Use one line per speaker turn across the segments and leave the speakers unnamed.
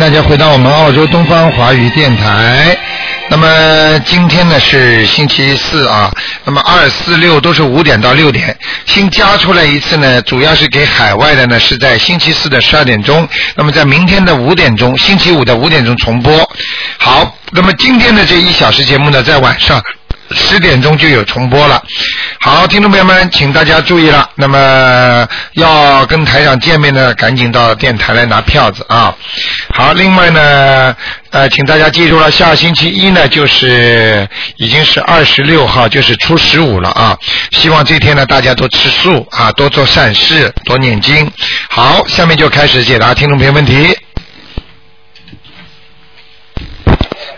大家回到我们澳洲东方华语电台。那么今天呢是星期四啊，那么二四六都是五点到六点。新加出来一次呢，主要是给海外的呢是在星期四的十二点钟，那么在明天的五点钟，星期五的五点钟重播。好，那么今天的这一小时节目呢，在晚上十点钟就有重播了。好，听众朋友们，请大家注意了。那么要跟台长见面呢，赶紧到电台来拿票子啊。好，另外呢，呃，请大家记住了，下星期一呢就是已经是二十六号，就是初十五了啊。希望这天呢大家都吃素啊，多做善事，多念经。好，下面就开始解答听众朋友问题。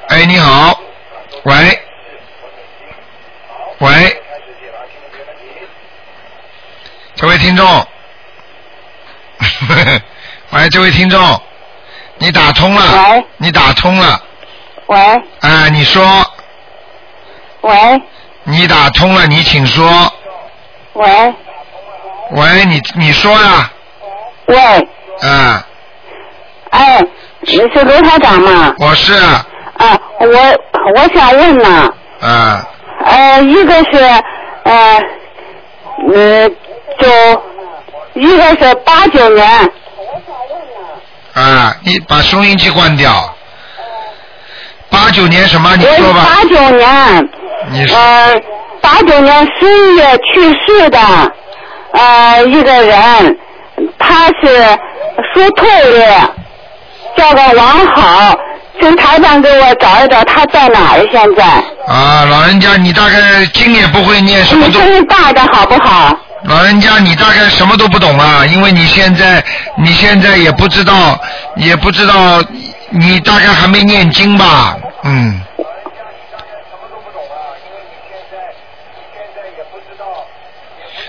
哎，你好，喂，喂。这位听众， 喂，这位听众，你打通了，
喂
你打通了，
喂
啊，你说
喂
你打通了，你请说，
喂
喂，你你说呀、
喂，
啊，
哎，你是卢台长吗？
我是啊
啊，我我想问呢，
啊
呃，一个是呃，呃，九，一个是八九年，
啊，你把收音机关掉。八九年什么？你
我
说
是
吧
八，九年，
你说
呃，八九年十一月去世的，呃，一个人，他是属兔的，叫个王好，请台长给我找一找他在哪儿现在。
啊，老人家，你大概经也不会念，什么
你
都
声音大一点好不好？
老人家，你大概什么都不懂啊，因为你现在你现在也不知道，也不知道，你大概还没念经吧？嗯。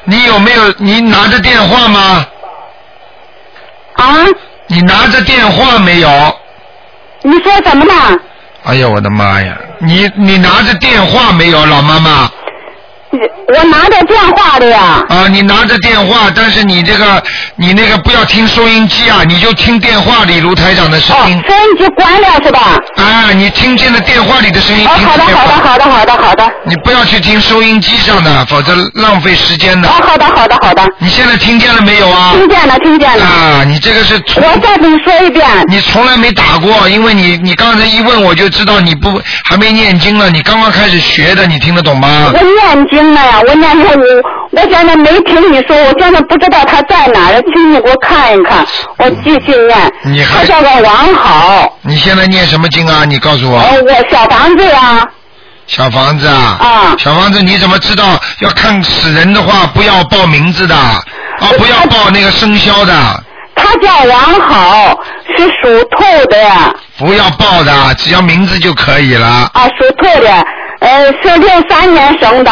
你有没有？你拿着电话吗？
啊？
你拿着电话没有？
你说什么呢？
哎呀，我的妈呀！你你拿着电话没有，老妈妈？
你我拿着电话的呀。
啊，你拿着电话，但是你这个你那个不要听收音机啊，你就听电话里卢台长的声
哦，
音。
收音机关了是吧？
啊，你听见了电话里的声音，
哦，
听
好的，
见
好的，
吗？
好的，好的，好的。
你不要去听收音机上的，否则浪费时间
哦，
的。
好的，好的，好的。
你现在听见了没有啊？
听见了，听见了。
啊，你这个是从
我再给你说一遍。
你从来没打过，因为你你刚才一问我就知道你不还没念经了，你刚刚开始学的，你听得懂吗
我？念经了呀，我念经，我我现在没听你说，我现在不知道他在哪儿，请你给我看一看，我继续念。
你
他
还
叫个王好，
你现在念什么经啊？你告诉我，
呃，我小房子呀，
小房子啊，
啊
小房子你怎么知道？要看死人的话，不要报名字的，啊，不要报那个生肖的，
他叫王好，是属兔的呀，
不要报的，只要名字就可以了。
啊，属兔的，呃，是六三年 生的，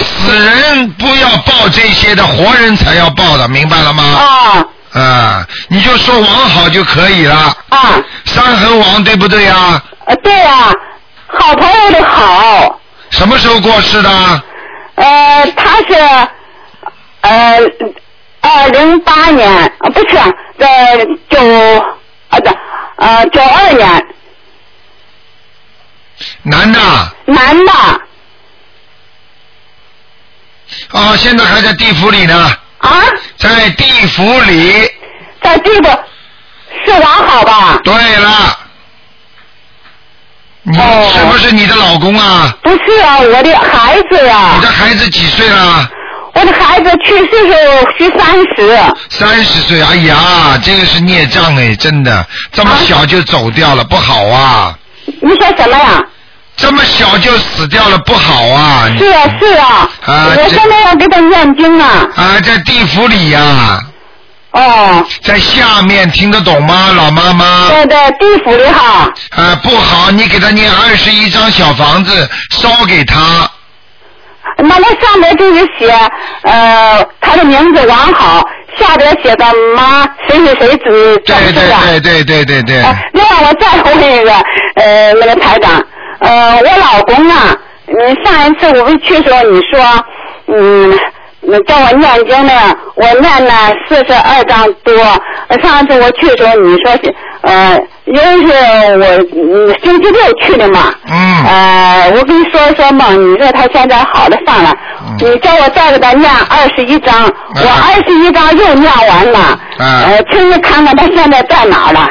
死人不要报这些的，活人才要报的，明白了吗？
啊
啊，你就说王好就可以了。
啊，
三横王对不对啊？
呃，对呀、好朋友的好，
什么时候过世的？
呃，他是呃二零八年啊，不是呃九啊的呃九二年
男的啊，
男的啊
哦现在还在地府里呢，
啊，
在地府里。
在这个是王好吧？
对了，你
哦
是不是你的老公啊？
不是啊，我的孩子呀、
你的孩子几岁了？
我的孩子去世是是三十，
三十岁，哎呀，这个是孽障哎，真的，这么
啊
小就走掉了，不好啊！
你说什么呀？
这么小就死掉了，不好啊！
是啊是啊，
啊
我
这
现在要给他念经啊。
啊，在地府里呀、
哦，
在下面听得懂吗，老妈妈？
在在地府里哈，
啊，不好，你给他念二十一张小房子烧给他，
那么上边就是写呃他的名字王好，下边写个妈谁谁谁子
对
转世的。
对对对对对对，
哎另外我再问一个呃那个台长，呃我老公啊，你上一次我们去的时候你说，嗯嗯叫我念经呢，我念了四十二章多。呃上次我去的时候，你说是呃，因为是我嗯星期六去的嘛。
嗯，
呃，我跟你说一说嘛，你说他现在好的上了，
嗯
你叫我再给他念二十一章，我二十一章又念完了，
啊
呃，亲自看看他现在在哪了，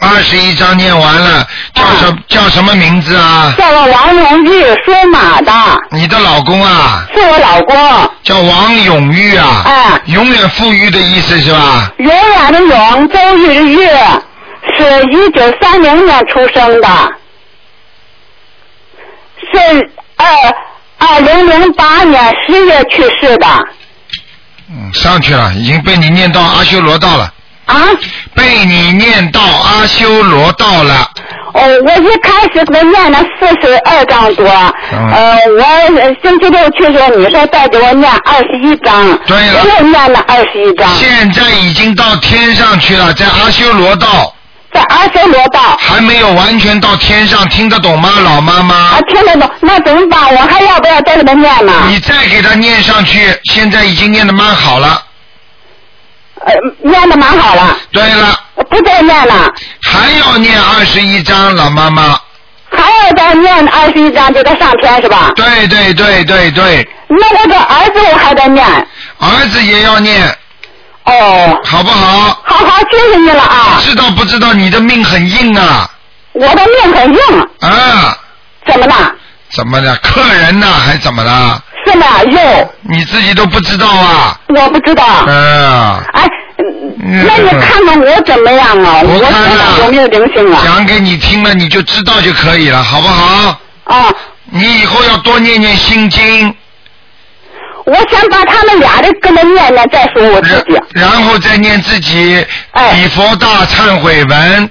二十一章念完了，叫什、叫什么名字啊？
叫我王荣玉，属马的，
你的老公啊，
是我老公，
叫王永玉啊，
哎
永远富裕的意思是吧？
永远的永，周日的日，是一九三零年出生的，是二二零零八年十月去世的，
嗯，上去了，已经被你念到阿修罗道了，
啊。
被你念到阿修罗道了。
哦，我一开始给他念了四十二章多，
嗯
呃，我星期六去的时候，你说再给我念二十一章，
对了
我又念了二十一章，
现在已经到天上去了，在阿修罗道，
在阿修罗道
还没有完全到天上，听得懂吗，老妈妈
啊？，听得懂，那怎么办？我还要不要再给他念呢？
你再给他念上去，现在已经念得蛮好了。
呃，念的蛮好了，
对了，
不再念了，
还要念二十一章，老妈妈。
还要再念二十一章，就得上天是吧？
对对对对对，
那我的儿子我还得念，
儿子也要念，
哦，
好不好？
好好谢谢你了啊，
知道不知道你的命很硬啊
我的命很硬，
啊！
怎么了？
怎么的，客人呐，还怎么了？
是吗？又，
你自己都不知道啊？
我不知道。
啊，
哎，
嗯
嗯那你看看我怎么样啊？
不
我
看
身
了
上有没有灵性啊？
讲给你听了，你就知道就可以了，好不好？
啊，
你以后要多念念心经，
我想把他们俩的跟他念念，再说我自
然
己。
然后再念自己
哎
礼佛大忏悔文，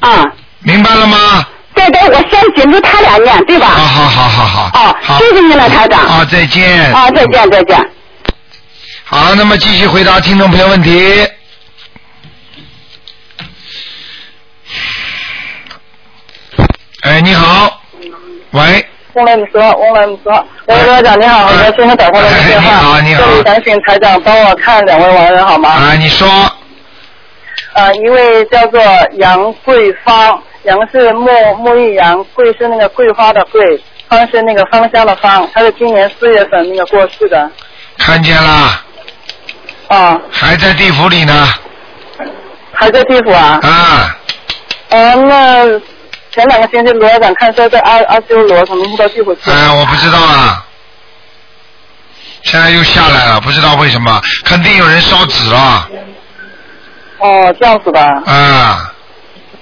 嗯
啊，
明白了吗？
对对，我先紧住他俩念，对吧？
好好好好好。
哦
好，
啊谢谢你了，台长。
啊，再见。
啊，再见再见。
好，那么继续回答听众朋友问题。哎，你好，喂，
红来姆说，红来姆说，喂，罗长你好，我先生打过来的电话，
啊哎你好你好
这里想请台长帮我看两位亡人好吗？
啊，你说，
呃，一位叫做杨桂芳，杨是木木易杨，桂是那个桂花的桂，芳是那个芳香的芳，她是今年四月份那个过世的，
看见了，
啊，
还在地府里呢，
还在地府啊，
啊，
呃，那前两个星期罗长看说在阿阿修罗，怎么不到地府去？
哎，我不知道啊，现在又下来了，不知道为什么，肯定有人烧纸了，
哦，这样子吧，
啊，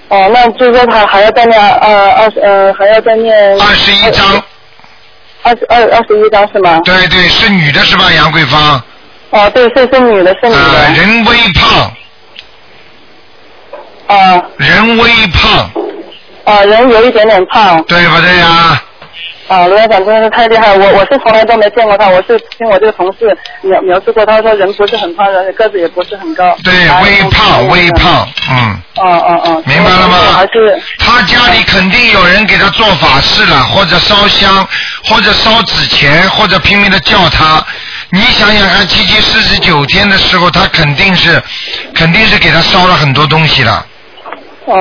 哦，那就是说他还要再念呃二十呃还要再念
二十一张，
二十二二十一张是吗？
对对，是女的是吧？杨桂芳，啊、
哦，对，是是女的，是女的。
人微胖，
啊
人微胖，
啊，人有一点点胖。
对不对呀、
啊，罗院长真的是太厉害，我我是从来都没见过他，我是听我这个同事描描述过，他说人不是很胖，人个子也不是很高。
对，
啊
微胖，微。胖，嗯，
哦哦哦。
明白了吗
还是
他家里肯定有人给他做法事了，或者烧香，或者烧纸钱，或者拼命的叫他。你想想看，七七四十九天的时候，他肯定是，肯定是给他烧了很多东西了。
哦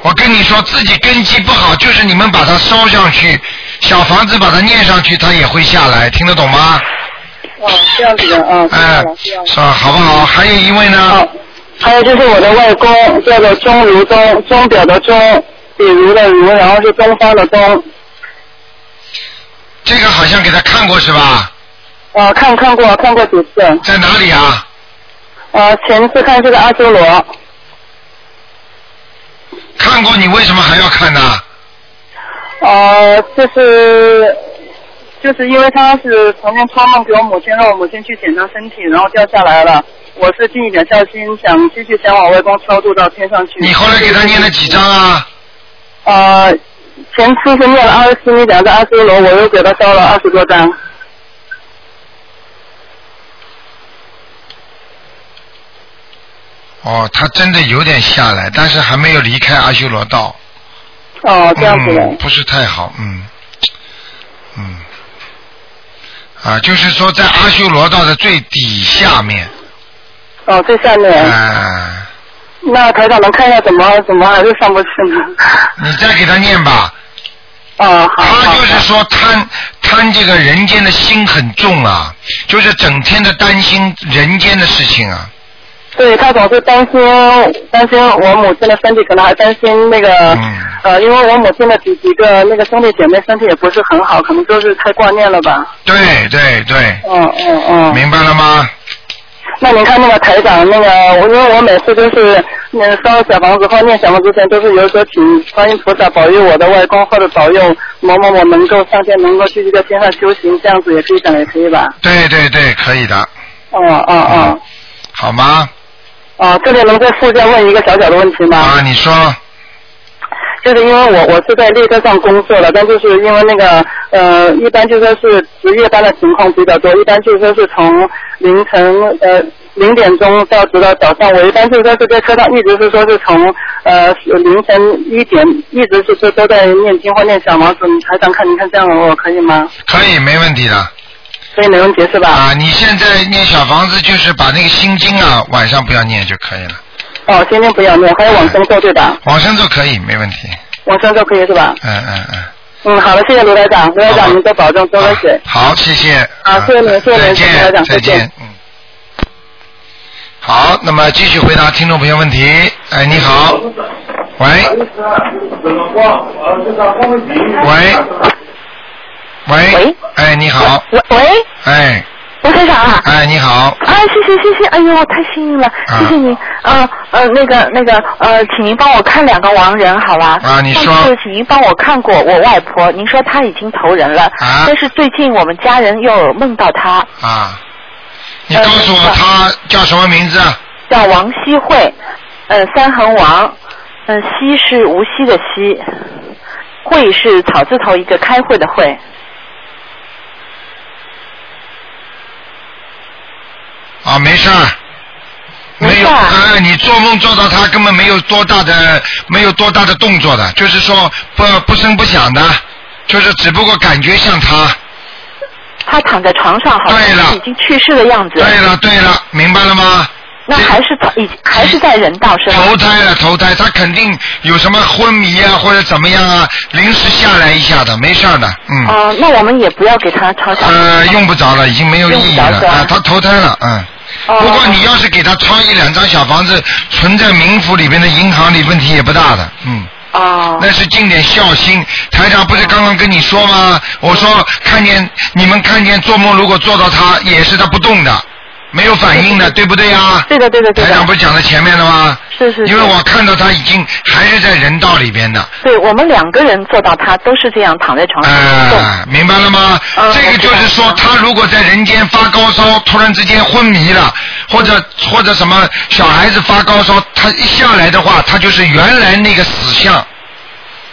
我跟你说，自己根基不好，就是你们把它烧上去，小房子把它念上去，它也会下来，听得懂吗？
哦这样子的啊，知
哎
道了知道，了。
是吧？好不好？还有一位呢
哦，，还有就是我的外公叫做钟如钟，钟表的钟，比如的如，然后是东方的东。
这个好像给他看过是吧？
呃，看看过看过几次。
在哪里啊？
呃，前次看是个阿修罗，
看过你为什么还要看呢？
呃，就是就是因为他是曾经托梦给我母亲，让我母亲去检查身体，然后掉下来了。我是尽一点孝心，想继续前往外公超度到天上去。
你后来给他念了几张啊？
呃，前次是念了二十四讲的阿修罗，我又给他烧了二十多张。
哦，他真的有点下来，但是还没有离开阿修罗道。哦
哦，这样子的。
嗯，不是太好，嗯，嗯，嗯啊，就是说在阿修罗道的最底下面，
哦，最下面。
啊，
那台长能看一下怎么怎么还是上不去呢？
你再给他念吧。
哦，好。
他
好
就是说贪贪这个人间的心很重啊，就是整天的担心人间的事情啊。
对他总是担心担心我母亲的身体，可能还担心那个、
嗯
呃，因为我母亲的几几个那个兄弟姐妹身体也不是很好，可能就是太挂念了吧。
对对对，
嗯嗯嗯。
明白了吗？
那您看那个台长那个，我因为我每次都是那烧小房子或念小房子之前，都是有所请观音菩萨保佑我的外公或者保佑某某某能够上天，能够继续在天上修行，这样子也可以讲也可以吧。
对对对，可以的，
哦哦哦
好吗？
哦，这里能再附加问一个小小的问题吗？
啊，你说，
就是因为我我是在列车上工作的，但就是因为那个呃，一般就说是值夜班的情况比较多，一般就说是从凌晨呃零点钟到直到早上，我一般就说是在车上一直是说是从呃凌晨一点一直是说都在念经或念小王子，你台长看你看这样我可以吗？
可以，没问题的。
所以没问题是吧？
啊，你现在念小房子就是把那个心经啊，晚上不要念就可以了，
哦，今天不要念，还有往生咒对吧？
往生咒可以，没问题。
往生咒可以是吧？
嗯嗯嗯。
嗯，好的，谢谢卢台长，卢台
好吧
长您多保重，多喝水。
好，谢谢。嗯
好谢谢您谢谢您
再
谢谢台
见，
长
再
再见
见。嗯。好，那么继续回答听众朋友问题。哎，你好。哎喂。喂。喂。
喂。
哎，你好。
喂喂，
哎，
吴科长啊！
哎，你好。
啊，谢谢谢谢，哎呦，太幸运了，
啊
谢谢您。呃呃，那个那个呃，请您帮我看两个亡人好吧？
啊你说
上次请您帮我看过我外婆，您说她已经投人了，
啊
但是最近我们家人又有梦到她，
啊。你告诉
嗯
我
呃
他叫什么名字啊？
叫王熙慧，呃，三横王，嗯、熙是无锡的熙，慧是草字头一个开会的会，
啊，没事儿。
没
没有，
事儿
哎，你做梦做到他根本没有多大的，没有多大的动作的，就是说不不声不响的，就是只不过感觉像他。
她躺在床上，好
对了
像已经去世的样子。
对了对了，明白了吗？
那还是在已经还是在人道是吧？
投胎了投胎，他肯定有什么昏迷啊或者怎么样啊，临时下来一下的，没事儿的，嗯。
哦、那我们也不要给他抄小。
呃，用不着了，已经没有意义
用不
了
着是吧
啊！他投胎了，嗯。
哦
不过你要是给他抄一两张小房子存在冥府里面的银行里，问题也不大的，嗯。
哦
那是尽点孝心。台长不是刚刚跟你说吗？我说看见你们看见做梦，如果做到他也是他不动的，没有反应的，对不对啊？
对的对的对
台
的
长，不是讲在前面了吗？
是是是
因为我看到他已经还是在人道里边的，
对我们两个人做到他都是这样躺在床上不动。
哎，明白了吗？
嗯
这个就是说，
啊我知道
他如果在人间发高烧，突然之间昏迷了，或者或者什么小孩子发高烧，他一下来的话，他就是原来那个死相，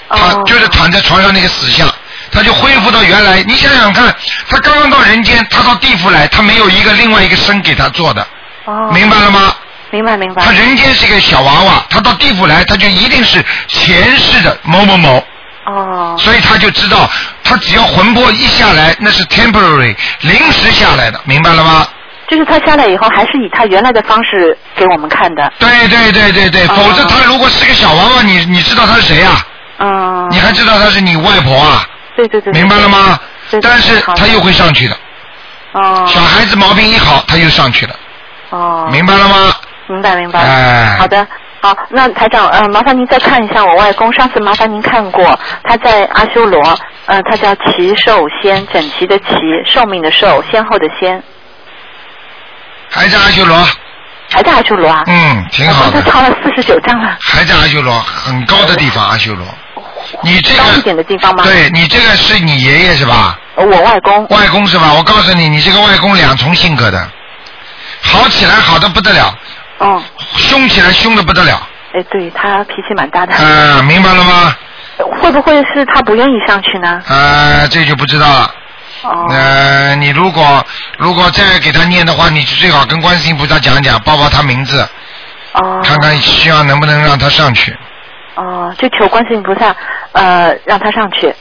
他
哦
就是躺在床上那个死相，他就恢复到原来。你想想看，他刚刚到人间，他到地府来，他没有一个另外一个身给他做的，
哦，
明白了吗？
明白明白
他。人间是一个小娃娃，他到地府来，他就一定是前世的某某某。
哦
所以他就知道，他只要魂魄一下来，那是 temporary 临时下来的，明白了吗？
就是他下来以后还是以他原来的方式给我们看的。
对对对对对，
哦
否则他如果是个小娃娃，你你知道他是谁啊？
嗯。
你还知道他是你外婆啊？
对对对。对
明白了？吗
对？对
但是
好的
他又会上去的，
哦
小孩子毛病一好，他又上去了，
哦。
明白了吗？
明白明白。
哎
好的。好，那台长，呃，麻烦您再看一下我外公，上次麻烦您看过，他在阿修罗，呃，他叫齐寿仙，整齐的齐，寿命的寿，先后的先，
还在阿修
哦
罗，
还在阿修罗啊？
嗯，挺
我
好
帮他
的，
抄了四十九章了，
还在阿修罗，很高的地方，阿修罗。你这
高一点
个，
的地方吗？
对你这个是你爷爷是吧？
呃，我外公。
外公是吧？我告诉你，你这个外公两重性格的，好起来好的不得了，
哦，
凶起来凶的不得了。
哎，对他脾气蛮大的，
呃，明白了吗？
会不会是他不愿意上去呢？
呃，这就不知道了。
哦，
呃，你如果如果再给他念的话，你最好跟观世音菩萨讲讲，报报他名字，
哦，
看看希望能不能让他上去。
哦，就求观世音菩萨，呃，让他上去。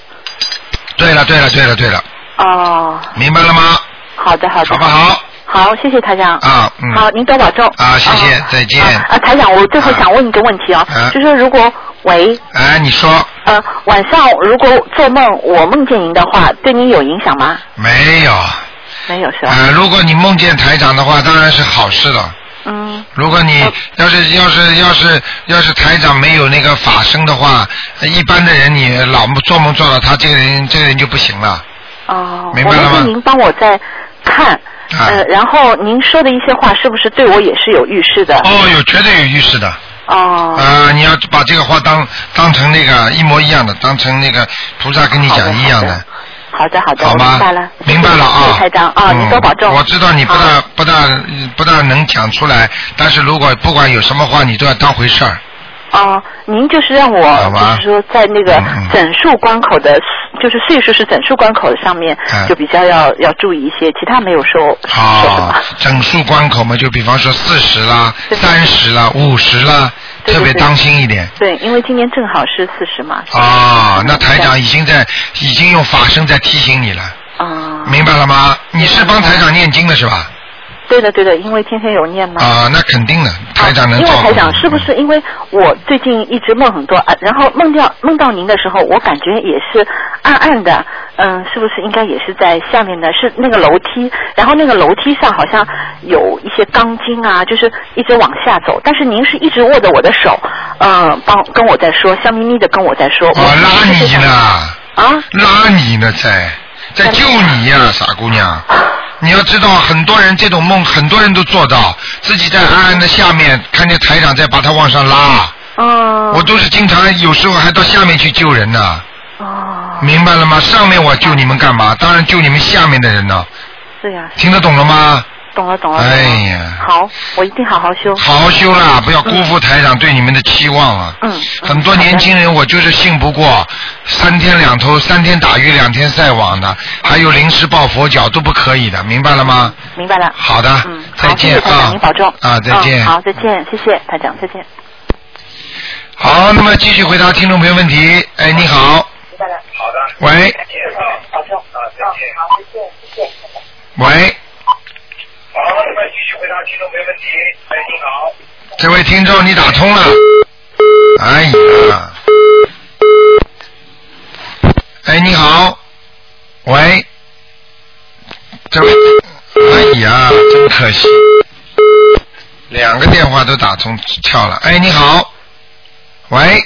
对了，对了，对了，对了，
哦，
明白了吗？
好的，好的。
好不好？
好，谢谢台长。
啊，嗯。
好，您多保重。
啊谢谢
哦
再见
啊，啊台长，我最后想问一个问题哦，
啊
就是如果喂，
哎，你说
呃，晚上如果做梦我梦见您的话，对您有影响吗？
没有？
没有是吧？
呃，如果你梦见台长的话，当然是好事了。
嗯，
如果你
哦
要是要是要是要是台长没有那个法身的话，呃一般的人你老做梦做到他这个人这个人就不行了。
哦，
明白了吗
我那天您帮我在看，
啊
呃，然后您说的一些话是不是对我也是有预示的？
哦，有绝对有预示的。
哦，
呃，你要把这个话当当成那个一模一样的，当成那个菩萨跟你讲一样的，
好的好的，
好
我
吗？
明白了，
明白了啊
谢谢，台长啊，您多保重。
嗯
啊
我知道你不大
好
不大不大能讲出来，但是如果不管有什么话，你都要当回事儿。
哦，您就是让我
好吧
就是说在那个
嗯嗯
整数关口的，就是岁数是整数关口上面
嗯
就比较要要注意一些，其他没有说说什
好
么。，
哦整数关口嘛，就比方说四十啦、
对
三十啦、五十啦，
对对
特别
对
当心一点。
对，因为今年正好是四十嘛。
啊，那台长已经在已经用法身在提醒你了，
啊，
明白了吗？你是帮台长念经的是吧？
对的对的，因为天天有念嘛。
啊，那肯定的，台长能
嗯因
照
为
顾你。
啊台长是不是因为我最近一直梦很多，啊然后梦到梦到您的时候，我感觉也是暗暗的，嗯，是不是应该也是在下面呢？是那个楼梯，然后那个楼梯上好像有一些钢筋啊，就是一直往下走。但是您是一直握着我的手，嗯，帮跟我在说，笑眯眯的跟我在说。
我哦拉你 呢，
啊！
拉你呢，在在救你呀、
嗯
傻姑娘。你要知道，很多人这种梦，很多人都做到，自己在暗暗的下面看见台长在把他往上拉，
嗯，
我都是经常有时候还到下面去救人呢，
哦，
明白了吗？上面我救你们干嘛？当然救你们下面的人呢，
是呀，
听得懂了吗？
懂了懂了。懂了
哎呀
好，我一定好好修。
好好修啦，不要辜负台长对你们的期望了。
嗯嗯
很多年轻人我就是信不过，三天两头，三天打鱼两天晒网的，还有临时抱佛脚都不可以的，明白了吗？
明白了。
好的
嗯，好
再见
谢谢台长
啊
您保重。
啊再见
嗯好，再见，谢谢台长，再见。
好，那么继续回答听众朋友问题。哎，你好。好的。喂。喂。好，那么继续回答听众朋友问题。哎，你好。这位听众，你打通了。哎呀。哎，你好。喂。这位。哎呀，真可惜。两个电话都打通跳了。哎，你好。喂，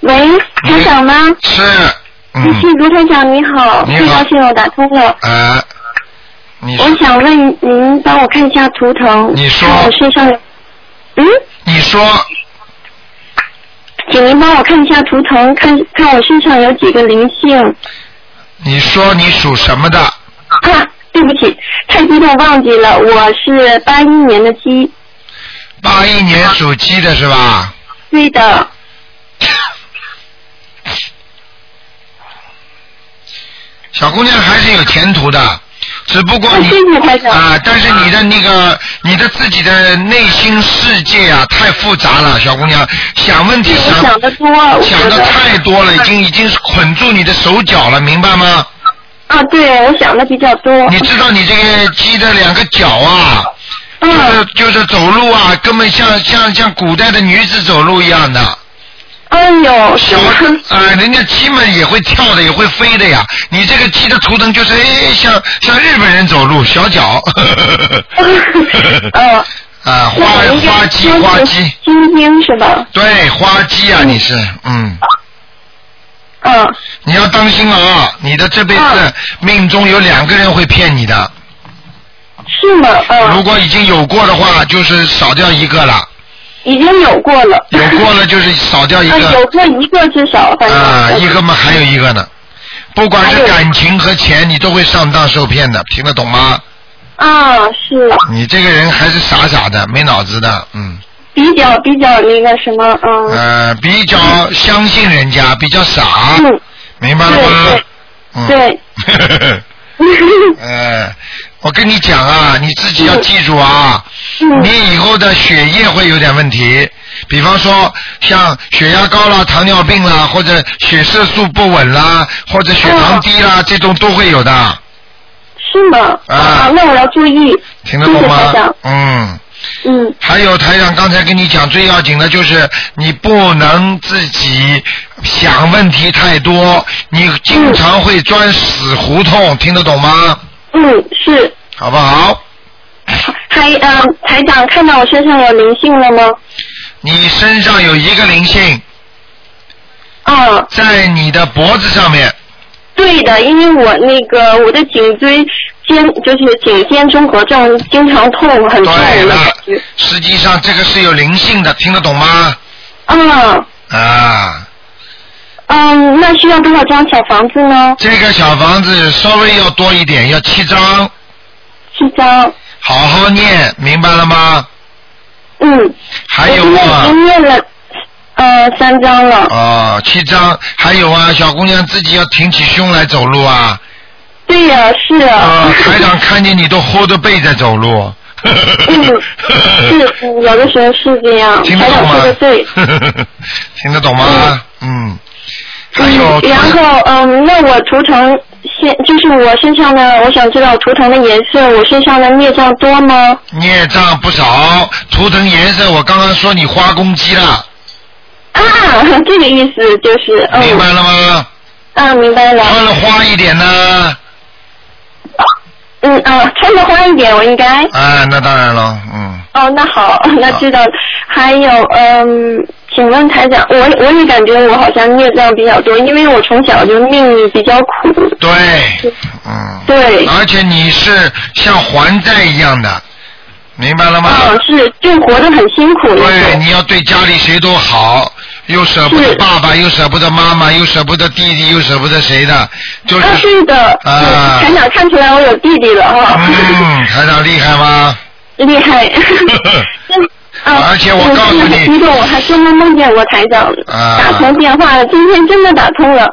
喂，台长吗？
是，
你
嗯
是，卢台长，你好，
你好
非常高兴我打通了。
呃，你
我想问您帮我看一下图腾，
你说
看我身上有，嗯，
你说
请您帮我看一下图腾，看看我身上有几个灵性。
你说你属什么的？
啊，对不起，太激动忘记了，我是八一年的鸡。
八一年
啊
属鸡的是吧？
对的，
小姑娘还是有前途的，只不过
啊，
你
谢谢台长。
啊、但是你的那个你的自己的内心世界啊，太复杂了，小姑娘想问题
我想
想
的多，我觉
嗯想的
得嗯
太多了，已经已经捆住你的手脚了，明白吗？
啊，对，我想的比较多。
你知道你这个鸡的两个脚啊，就是
嗯
就是走路啊，根本像像像古代的女子走路一样的。
哎呦，什
小
么？
呃，人家鸡们也会跳的，也会飞的呀。你这个鸡的图腾就是哎，像像日本人走路，小 脚。
呃，
啊，花
那我应该
花鸡，
先
花
学
鸡，
心经是吧？
对，花鸡啊，你是，嗯，
嗯，
你要当心了啊！你的这辈子
嗯
命中有两个人会骗你的，
是吗？
如
嗯，
果已经有过的话，就是少掉一个 了，
已经有过了。
有过了就是少掉一
啊，
个。
有过一个至少，反正。
啊，一个嘛，还有一个呢。不管是感情和钱，你都会上当受骗的，听得懂吗？
啊，是
你这个人还是傻傻的，没脑子的，嗯，
比较比较那个什么，嗯
呃，比较相信人家，比较傻，
嗯，
明白了吗
对？
嗯，
对， 嗯
呃，我跟你讲啊，你自己要记住啊，
嗯
你以后的血液会有点问题，比方说像血压高啦、糖尿病啦，或者血色素不稳啦，或者血糖低啦，这种都会有的。
是吗？
啊
那我要注意。
听得懂
谢谢
吗
台长？
嗯。
嗯，
还有台长刚才跟你讲，最要紧的就是你不能自己想问题太多，你经常会钻死胡同，听得懂吗？
嗯，是。
好不好？
还呃，台长看到我身上有灵性了吗？
你身上有一个灵性
啊，
在你的脖子上面，
对的，因为我那个我的颈椎肩就是颈肩综合症经常痛，很痛
对了
的感觉。，
实际上这个是有灵性的，听得懂吗？
啊，
啊，
嗯，那需要多少张小房子呢？
这个小房子稍微要多一点，要七张，
七张。
好好念，明白了吗？
嗯，
还有
我
啊
已。经念了呃三张了。
哦，七张，还有啊，小姑娘自己要挺起胸来走路啊！
对呀、是
啊，台长看见你都后着背在走路。
嗯，是有的时候是这样，
听
台
得懂
长
吗
说的对。？ 嗯
听得懂吗？嗯，还有
嗯，，然后嗯，那我图腾现就是我身上的，我想知道图腾的颜色，我身上的孽障多吗？
孽障不少，图腾颜色我刚刚说你花公鸡了，
啊， 这个意思就是
明
嗯，
白了吗？
啊，明白了，
穿了花一点呢，
嗯啊，穿的花一点，我应该
啊，那当然了，嗯，
哦，那好，那知道了。还有，嗯，请问台长，我我也感觉我好像孽障比较多，因为我从小就命比较苦。
对，嗯，
对，
而且你是像还债一样的，明白了吗？
啊，是就活得很辛苦那
对，
种。
你要对家里谁都好，又舍不得
是
爸爸，又舍不得妈妈，又舍不得弟弟，又舍不得谁的，就是
啊，是的，
啊
嗯台长看出来我有弟弟了哈，
嗯，台长厉害 吗？
厉害。真啊、
而且我告诉你
真的很激动，我还真的梦见过台长
啊
打通电话了，今天真的打 通了。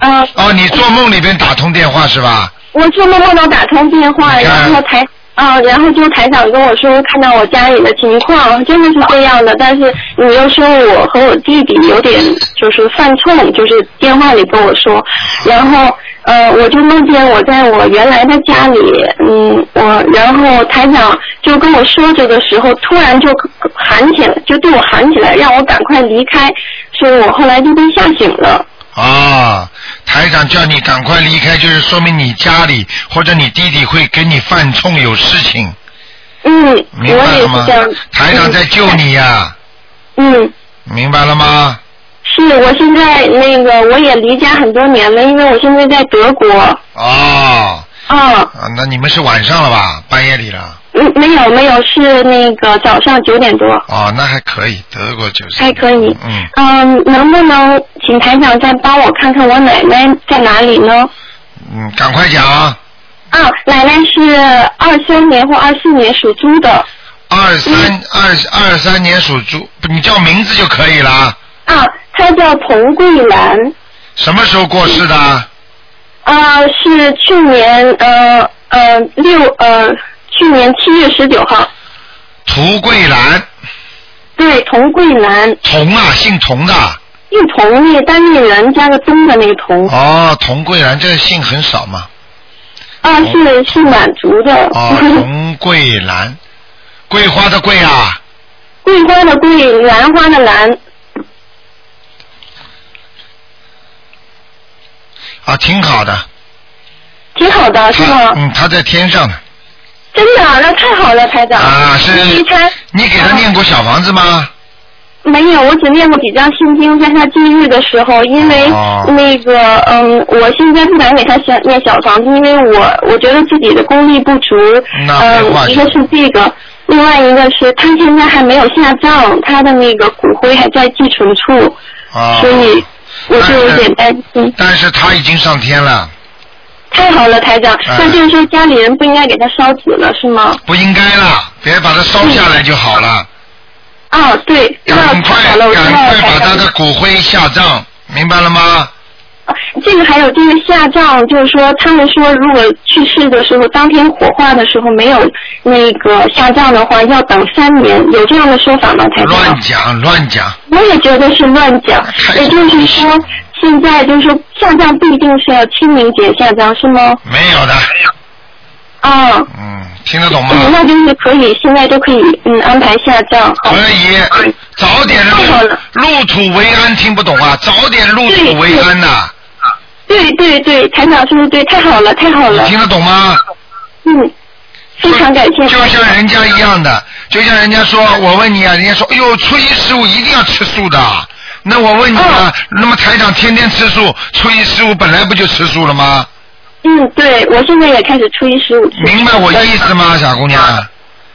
啊
哦，你做梦里边打通电话是吧？
我做梦梦到打通电话，
你看
然后台啊、然后就台长跟我说看到我家里的情况，真的是这样的。但是你又说我和我弟弟有点就是犯冲，就是电话里跟我说，然后呃我就梦见我在我原来的家里，嗯我然后台长就跟我说这个时候，突然就喊起来，就对我喊起来，让我赶快离开，所以我后来就被吓醒了。
啊、台长叫你赶快离开，就是说明你家里或者你弟弟会跟你犯冲有事情，
嗯，我
明白
也
了
是
吗
这样。？
台长在救你呀、
嗯。
明白了吗？
是我现在那个我也离家很多年了，因为我现在在德国。
哦，
啊，
啊，那你们是晚上了吧？半夜里了？
嗯，没有没有，是那个早上九点多，
哦，那还可以，德国就是。
还可以。
嗯，
嗯，能不能请台长再帮我看看我奶奶在哪里呢？
嗯，赶快讲，
啊，奶奶是二三年或二四年属猪的。
二
嗯
三二二三年属猪，不你叫名字就可以了。
啊，她叫彭桂兰。
什么时候过世
嗯
的？
啊，是去年呃呃六呃去年七月十九号。
涂桂兰，
对，彭桂兰。
童啊，姓童的。
一同那单立人加个东的那个同，
哦，童桂兰这个姓很少嘛。
啊是是满族的，
哦，童桂兰，桂花的桂啊，
桂花的桂，兰花的兰，
啊，挺好的。
挺好的啊是
他
吗？
嗯，他在天上呢。
真的啊，那太好了，台长。
啊，是
第一啊胎
你给他念过小房子吗？
没有，我只念过几张心经，在他忌日的时候，因为
哦
那个、嗯，我现在不敢给他小念小房子，因为我我觉得自己的功力不足，
那没话
嗯，一个是这个。另外一个是他现在还没有下葬，他的那个骨灰还在寄存处，
啊。
所以我就有点担心。
但是他已经上天了，
太好了，台长，
嗯
那就是说家里人不应该给他烧纸了，是吗？
不应该了，别把他烧下来就好了。
啊，对，那
赶
太
快
好了，我知道
赶
了，
快把
台
他
长。
的骨灰下葬，明白了吗？
啊这个还有这个下葬，就是说他们说，如果去世的时候，当天火化的时候没有那个下葬的话，要等三年，有这样的说法吗，台长？
乱讲乱讲，
我也觉得是乱讲
太，
也就是说，现在就是说下葬不一定是要清明节下葬，是吗？
没有的，
啊，
嗯，听得懂吗？
嗯，那就是可以，现在就可以，嗯，安排下葬。好
可以，早点入
太好了
入土为安，听不懂啊？早点入土为安呐、
对对对，台长说的对，太好了，太好
你
了。
听得懂吗？
嗯，非常感谢。
就像人家一样的，就像人家说，我问你啊，人家说，哎呦，初一十五一定要吃素的。那我问你
哦
啊，那么台长天天吃素，初一十五本来不就吃素了吗？
嗯，对，我现在也开始初一十五吃。
明白我意思吗，傻姑娘？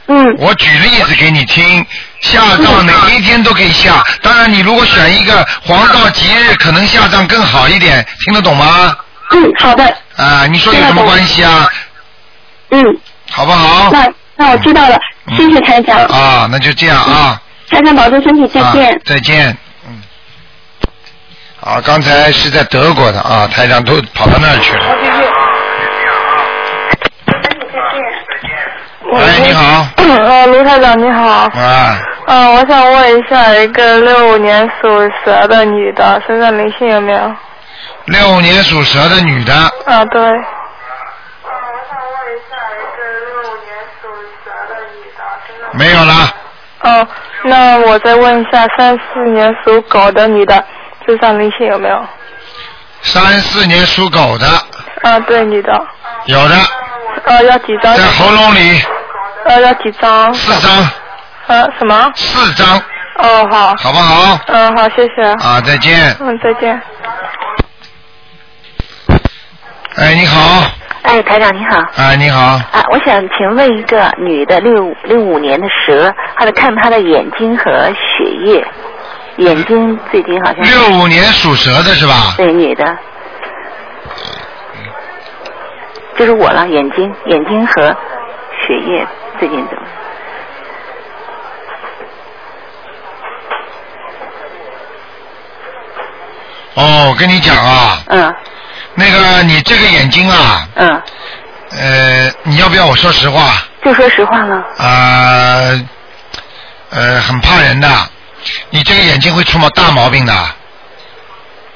嗯，
我举例子给你听，下葬哪一天都可以下，当然你如果选一个黄道吉日，可能下葬更好一点，听得懂吗？
嗯，好的，
啊，你说有什么关系啊？
嗯，
好不好？
那那我知道了，
哦嗯
谢谢台长，
啊，那就这样啊。
台长保重身嗯体，再见
啊。、再见。嗯。啊，刚才是在德国的啊，台长都跑到那儿去了。哎，你好，
呃，卢台长你好，
啊，
嗯、我想问一下，一个六五年属蛇的女的身上灵性有没有？
六五年属蛇的女的，
啊，对，
没有了，
哦、那我再问一下，三四年属狗的女的身上灵性有没有？
三四年属狗的，
啊，对，女的，
有的，
呃，要几张？
在喉咙里
呃，要几张？
四张，
呃，什么？
四张，
哦，好，
好不好？
嗯、好，谢谢，
啊，再见。
嗯，再见。
哎，你好，
哎，台长你好。
哎，你好，
啊，我想请问一个女的，六五六五年的蛇，她的看她的眼睛和血液，眼睛最近好像是
六五年属蛇的是吧？
对女的，就是我了，眼睛眼睛和血液最近怎么？
哦，我跟你讲啊，
嗯
那个你这个眼睛啊，
嗯，
呃，你要不要我说实话？
就说实话了，
啊、呃，很怕人的，你这个眼睛会出毛大毛病的。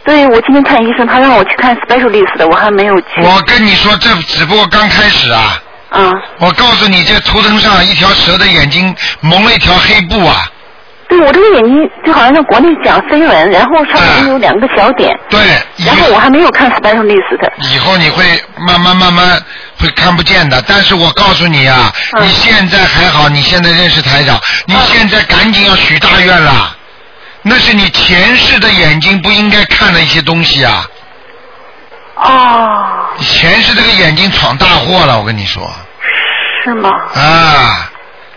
对我今天看医生，他让我去看 specialist 的，我还没有去。
我跟你说，这只不过刚开始啊！
啊，
我告诉你，这图腾上一条蛇的眼睛蒙了一条黑布啊！
对我这个眼睛就好像在国内讲飞蚊，然后上
嗯
面有两个小点，
对，以
然后我还没有看 specialist。
以后你会慢慢慢慢会看不见的。但是我告诉你啊，
嗯
你现在还好，你现在认识台长，你现在赶紧要许大愿了。那是你前世的眼睛不应该看的一些东西啊！
哦，
你前世这个眼睛闯大祸了，我跟你说。
是吗？
啊，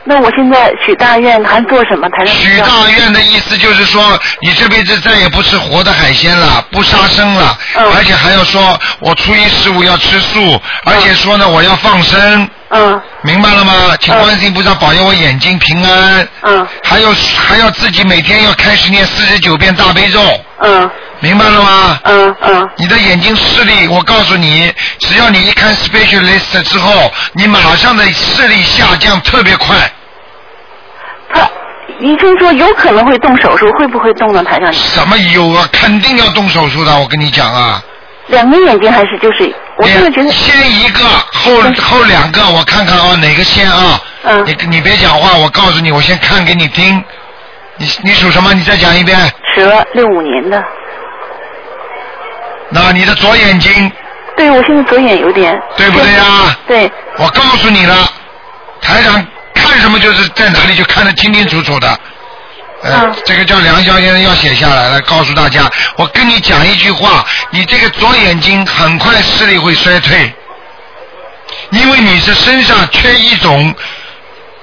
那我现在许大愿还做什么？台上
许大愿的意思就是说，你这辈子再也不吃活的海鲜了，不杀生了，
嗯
而且还要说，我初一十五要吃素，而且说呢，我要放生，
嗯
明白了吗？请观世音菩萨保佑我眼睛平安，
嗯
还有还要自己每天要开始念四十九遍大悲咒，
嗯
明白了吗？
嗯嗯
你的眼睛视力，我告诉你，只要你一看 specialist 之后，你马上的视力下降特别快。
他医生说有可能会动手术，会不会动呢？台上
什么有啊？肯定要动手术的，我跟你讲啊。
两个眼睛还是就是，我
两
真的觉得
先一个，后后两个，我看看啊，哪个先啊？
嗯
你你别讲话，我告诉你，我先看给你听。你你属什么？你再讲一遍。
蛇六五年的，
那你的左眼睛，
对我现在左眼有点
对不对啊？
对，
我告诉你了，台长看什么就是在哪里就看得清清楚楚的。呃，
嗯
这个叫梁小先生要写下来了，告诉大家，我跟你讲一句话，你这个左眼睛很快视力会衰退，因为你是身上缺一种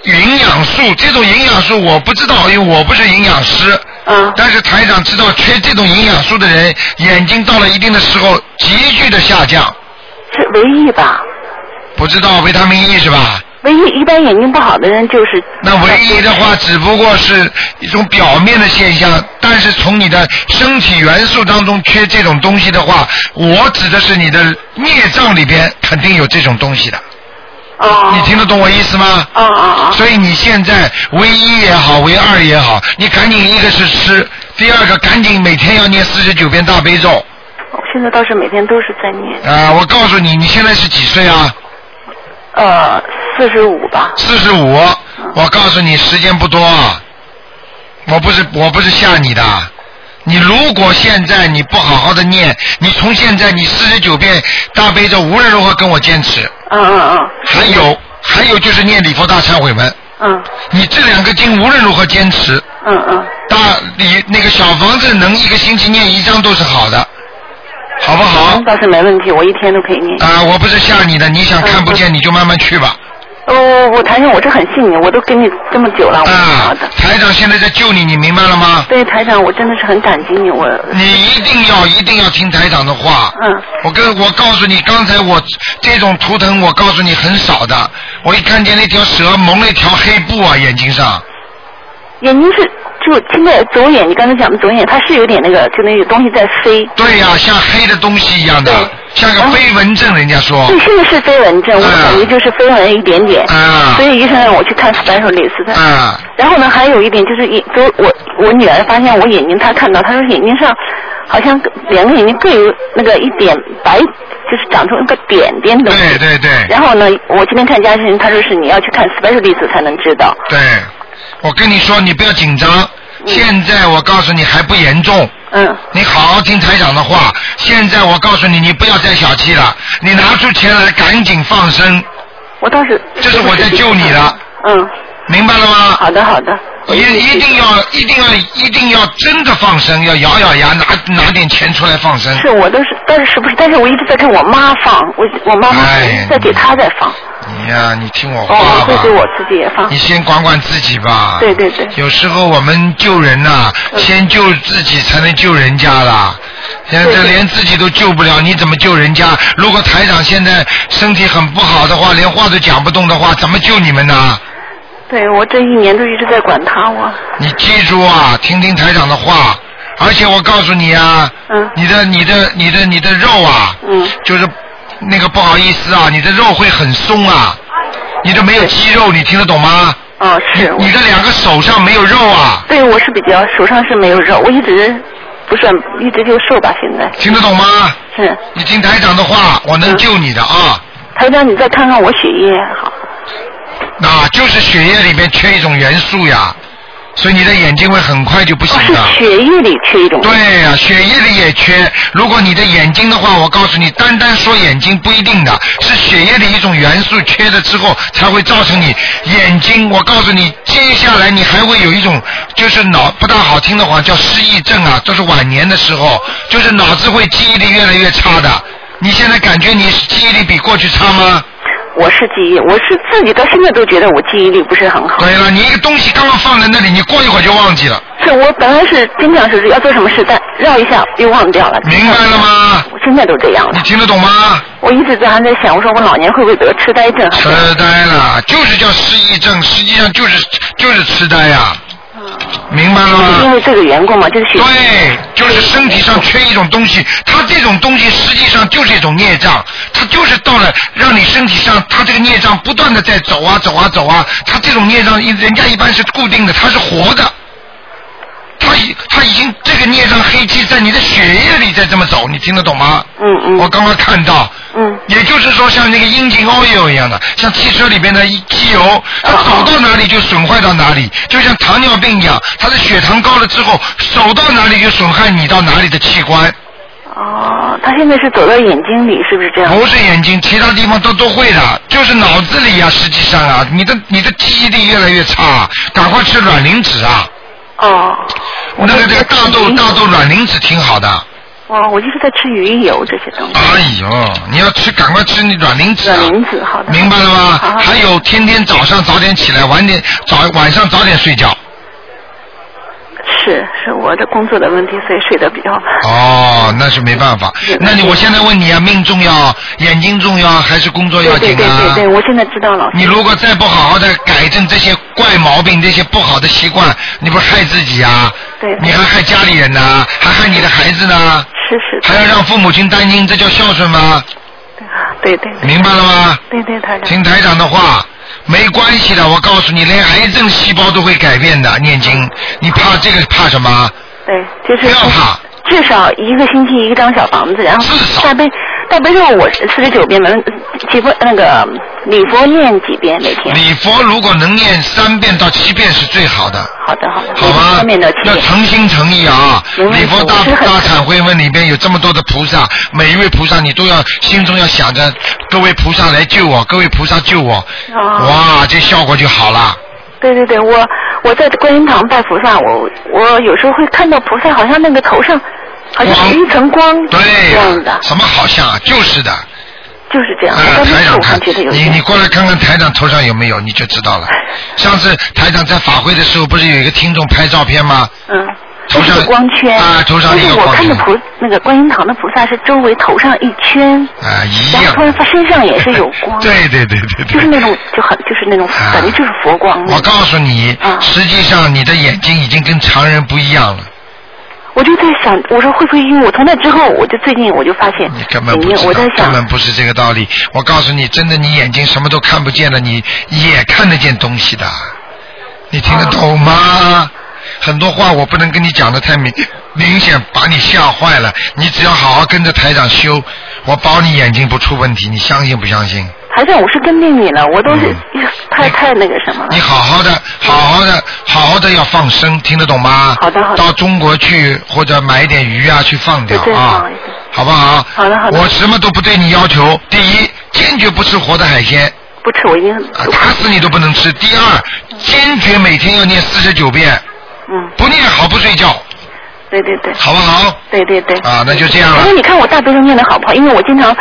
营养素，这种营养素我不知道，因为我不是营养师，
嗯
但是台长知道缺这种营养素的人，眼睛到了一定的时候急剧的下降，
是唯一吧。
不知道维他命 E 是吧？
唯一一般眼睛不好的人就是
那唯一的话，只不过是一种表面的现象，但是从你的身体元素当中缺这种东西的话，我指的是你的孽障里边肯定有这种东西的。
哦
你听得懂我意思吗？
哦哦哦
所以你现在唯一也好，唯二也好，你赶紧一个是吃，第二个赶紧每天要念四十九遍大悲咒。
我现在倒是每天都是在念
啊、我告诉你，你现在是几岁啊？
呃四十五吧。
四十五，
嗯
我告诉你，时间不多，啊我不是我不是吓你的。你如果现在你不好好的念，你从现在你四十九遍大悲咒无论如何跟我坚持，
嗯嗯嗯
还有还有就是念礼佛大忏悔文，
嗯
你这两个经无论如何坚持，
嗯嗯，
大你那个小房子能一个星期念一张都是好的，好不好？
倒是没问题，我一天都可以念。
啊、我不是吓你的，你想看不
嗯
见你就慢慢去吧。
哦，我台长，我这很信你，我都跟你这么久了，我好
啊
的。，
台长现在在救你，你明白了吗？
对台长，我真的是很感激你，我
你一定要一定要听台长的话。
嗯
我跟我告诉你，刚才我这种图腾，我告诉你很少的。我一看见那条蛇蒙了一条黑布啊，眼睛上。
眼睛是就现在左眼，你刚才讲的左眼，它是有点那个，就那个东西在飞。
对呀、像黑的东西一样的
对，
像个飞蚊症，人家说。
对，现在是飞蚊症，
嗯
我感觉就是飞蚊一点点，
啊
所以医生让我去看 specialist 的。
啊
然后呢，还有一点就是眼，就我我女儿发现我眼睛，她看到，她说眼睛上好像两个眼睛各有那个一点白，就是长出那个点点的东
对
西。
对对
然后呢，我今天看家人，他说是你要去看 specialist 才能知道。
对，我跟你说，你不要紧张。现在我告诉你还不严重，
嗯
你好好听台长的话。现在我告诉你，你不要再小气了，你拿出钱来赶紧放生，，
我倒是。
这是我在救你的。
嗯，
明白了吗？
好的好的。
一
嗯
一定要一定要一定要真的放生，要咬咬牙拿拿点钱出来放生。
是我都是，但是是不是？但是我一直在给我妈放，我我妈妈
哎
在给她在放，
你呀、你听我话吧。
哦，对对，我自己也放
你。先管管自己吧。
对对嗯对
有时候我们救人呐、先救自己才能救人家啦。现在
对对
连自己都救不了，你怎么救人家？如果台长现在身体很不好的话，连话都讲不动的话，怎么救你们呢？
对我这一年都一直在管她，我
你记住啊，听听台长的话。而且我告诉你啊，
嗯
你的你的你的你的肉啊，
嗯
就是那个不好意思啊，你的肉会很松啊，你这没有肌肉，你听得懂吗？
哦是，我
你的两个手上没有肉啊，
对我是比较手上是没有肉，我一直不算一直就瘦吧，现在
听得懂吗？
是。
你听台长的话，我能救你的啊。
台长，你再看看我血液好，
那就是血液里面缺一种元素呀，所以你的眼睛会很快就不
哦
行
是
的。
血液里缺一种，
对呀、血液里也缺。如果你的眼睛的话，我告诉你，单单说眼睛不一定的，是血液里一种元素缺了之后，才会造成你眼睛。我告诉你，接下来你还会有一种，就是脑不大好听的话叫失忆症啊，这是晚年的时候，就是脑子会记忆力越来越差的。你现在感觉你记忆力比过去差吗？
我是记忆，我是自己到现在都觉得我记忆力不是很好。
对了，你一个东西刚刚放在那里，你过一会儿就忘记了，
是我本来是经常是要做什么事，但绕一下又忘掉了。
明白了吗？
我现在都这样
你
了，
听得懂吗？
我一直在还在想，我说我老年会不会得痴呆症？啊还是
痴呆了，就是叫失忆症，实际上就是就是痴呆呀、明白了
嗯
因
吗？
为这个缘故嘛，就是血
对，就是身体上缺一种东西，它这种东西实际上就是一种孽障，它就是到了让你身体上，它这个孽障不断的在走啊走啊走啊，它这种孽障一人家一般是固定的，它是活的，它已它已经这个孽障黑气在你的血液里在这么走，你听得懂吗？
嗯嗯
我刚刚看到，
嗯，
也就是说，像那个阴茎 oil 一样的，像汽车里边的机油，它走到哪里就损坏到哪里，就像糖尿病一样，它的血糖高了之后，走到哪里就损害你到哪里的器官，
哦，他现在是走到眼睛里，是不是这样？
不是眼睛，其他地方都都会的，就是脑子里呀、实际上啊，你的你的记忆力越来越差，赶快吃卵磷脂啊，
哦，
那个这个大豆大豆卵磷脂挺好的，
哦，我一直在吃鱼油这些东西。
哎呦，你要吃，赶快吃那卵磷脂、啊。
卵磷脂好的
明白了吗
啊好？
还有，天天早上早点起来，晚点早晚上早点睡觉。
是是我的工作的问题，所以睡得比较晚。
哦，那是没办法
是。
那你我现在问你啊，命重要，眼睛重要，还是工作要
对对
紧
对
啊
对？对，我现在知道了。
你如果再不好好的改正这些怪毛病、这些不好的习惯，你不是害自己啊？
对
你还害家里人呢、还害你的孩子呢，
是是，
还要让父母亲担心，这叫孝顺吗？
对对对
明白了吗？
对对，台长。
听台长的话，没关系的，我告诉你，连癌症细胞都会改变的。念经，你怕这个怕什么？
对，就是
不要怕
至少一个星期一张小房子，然后
至少
大悲大悲咒我四十九遍嘛，几佛那个礼佛念几遍每天？
礼佛如果能念三遍到七遍是最好的，
好的好的，
好吗
方面的？
要诚心诚意啊！
明白
礼佛大
我是很
大忏悔文里边有这么多的菩萨，每一位菩萨你都要心中要想着，各位菩萨来救我，各位菩萨救我，
啊
哇，这效果就好了。
对对对，我我在观音堂拜菩萨，我我有时候会看到菩萨好像那个头上好像有一层光
对
这样的，
什么好像啊？就是的，
就是这样。
呃
我当
台
时
长
我还
看
觉得有，
你
点
你过来看看台长头上有没有，你就知道 了。上次台长在法会的时候，不是有一个听众拍照片吗？
嗯。
头上
那是光圈
啊头上
但
那
是
个
我
光
看
圈
的菩那个观音堂的菩萨是周围头上一圈，
啊，一
然后
样。
突然发身上也是有 光，
对对对对对。
就是那种就很就是那种
啊
感觉就是佛光那
我
种。
告诉你
啊，
实际上你的眼睛已经跟常人不一样了。
我就在想，我说会不会因为我从那之后，我就最近我就发现
你 根本不知
眼睛我
道
在，
根
想
本不是这个道理。我告诉你，真的，你眼睛什么都看不见了，你也看得见东西的。你听得懂吗？很多话我不能跟你讲的太明明显，把你吓坏了。你只要好好跟着台长修，我保你眼睛不出问题。你相信不相信？
台长，我是跟定你了，我都是、太
你
太那个什么了
嗯你。好好
嗯
的，好好的，好好的要放生，听得懂吗？
好的好的
到中国去或者买一点鱼啊去放掉
对对
啊
放一点，
好不好？
好的好的
我什么都不对你要求，第一，坚决不吃活的海鲜，
不吃，我已经
啊打死你都不能吃；第二，坚决每天要念四十九遍，
嗯，
不念好不睡觉，
对对对，
好不好？
对对对。
啊，那就这样
因
了
为，你看我大悲咒念的好不好？因为我经常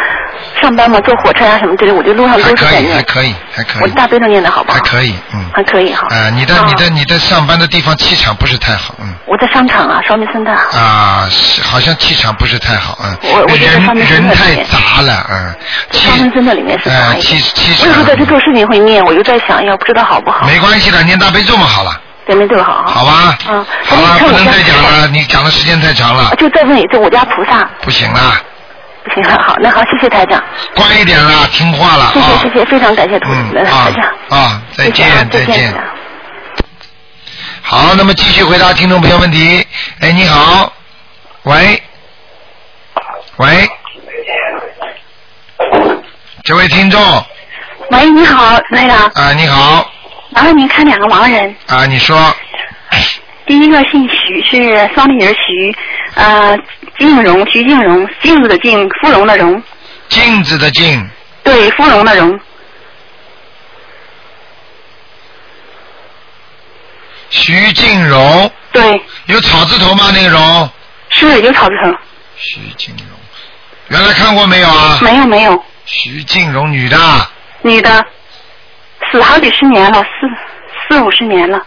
上班嘛，坐火车啊什么之类，我就路上
还
都是
可
在
以，还
念。
可以，还可
我
以，
大悲咒念的好不好？
还可以，嗯。
还可以哈。
啊，你的
啊
你的你的上班的地方气场不是太好，嗯。
我在商场啊，烧米森的。
啊，是好像气场不是太好，嗯，
我我觉得他
人
们真
人
的
太
是
杂了，嗯，气
他们真的里面是杂
呃
一点
气气
我有时
场
候在这做事情会念，我又在想，要不知道好不好？
没关系的，念大悲咒嘛，好了，
对没对好啊？
好吧，
嗯
好了，
那你看
不
我
能
家
再讲
菩萨
了，你讲的时间太长了
啊，，就再问一次，我家菩萨
不行了，
不行，好，那好，谢谢台长，
乖一点啦，听话了
谢谢
啊
谢，谢，非常感谢台
嗯啊
台长，
啊，再
谢谢啊
见
再见
见，。好，那么继续回答听众朋友问题，哎，你好，喂，喂，这位听众
喂，你好，台长，
啊，你好。
麻烦您看两个盲人，
啊，你说
第一个姓徐，是双立人徐，呃，静荣，徐静荣，镜子的镜，芙蓉的蓉，
镜子的镜，
对，芙蓉的蓉，
徐静荣
对，
有草字头吗？那个荣，
是有草字头，
徐静荣，原来看过没有啊？
没有没有，
徐静荣，女的，
女的，死好几十年了，四四五十年了，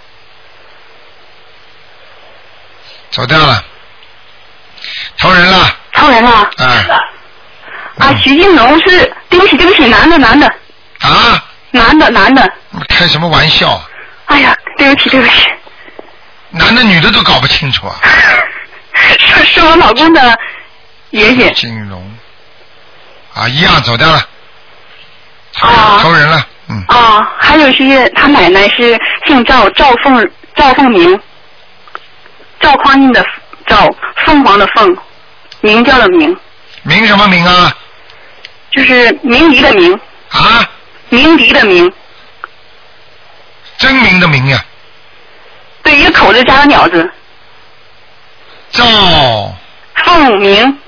走掉了，投人了，嗯
超人了。
啊
啊，徐静荣是，对不起，对不起，男的，男的，
啊！
男的，男的。
开什么玩笑？啊
哎呀，对不起，对不起，
男的女的都搞不清楚啊！
是是我老公的爷爷。
金融啊，一样走掉了，投
啊
投人了，嗯，
啊，还有是他奶奶是姓赵，赵凤赵凤鸣，赵匡胤的赵，凤凰的凤，鸣叫的鸣，
名什么名啊？
就是鸣笛的鸣，
啊，
鸣笛的鸣，
真名的名呀、
对，一个口字加个鸟字，
赵
凤鸣，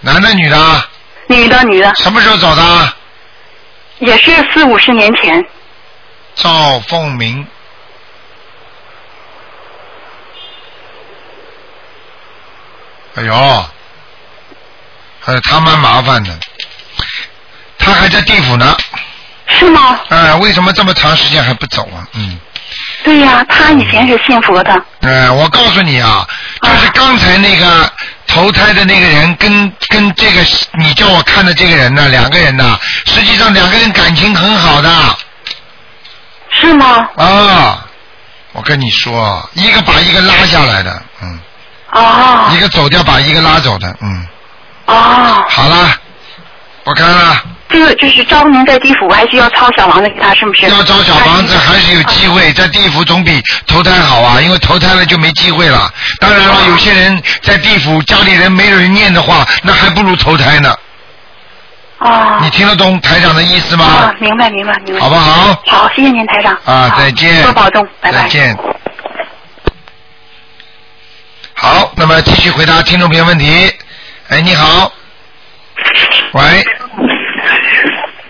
男的女的啊？
女的女的，
什么时候走的啊？
也是四五十年前，
赵凤鸣。哎呦，哎，他蛮麻烦的，他还在地府呢。
是吗？
哎，为什么这么长时间还不走啊？嗯，
对呀、他以前是信佛的，
哎，我告诉你啊，就是刚才那个投胎的那个人跟跟这个你叫我看的这个人呢，两个人呢，实际上两个人感情很好的。
是吗？
啊，我跟你说，一个把一个拉下来的，嗯，
啊
一个走掉把一个拉走的，嗯，
啊，
好啦，不看了，
这个就是招您在地府，还需要抄小王子给他，是不是？
要找小房子还是有机会，在地府总比投胎好啊，因为投胎了就没机会了。当然了，有些人在地府家里人没有人念的话，那还不如投胎呢。
啊
你听得懂台长的意思吗
啊，？明白明白明白。
好不好？
好，谢谢您台长。
啊，
好
再见。
多保重，拜拜。
再见。好，那么继续回答听众朋友问题。哎，你好。喂，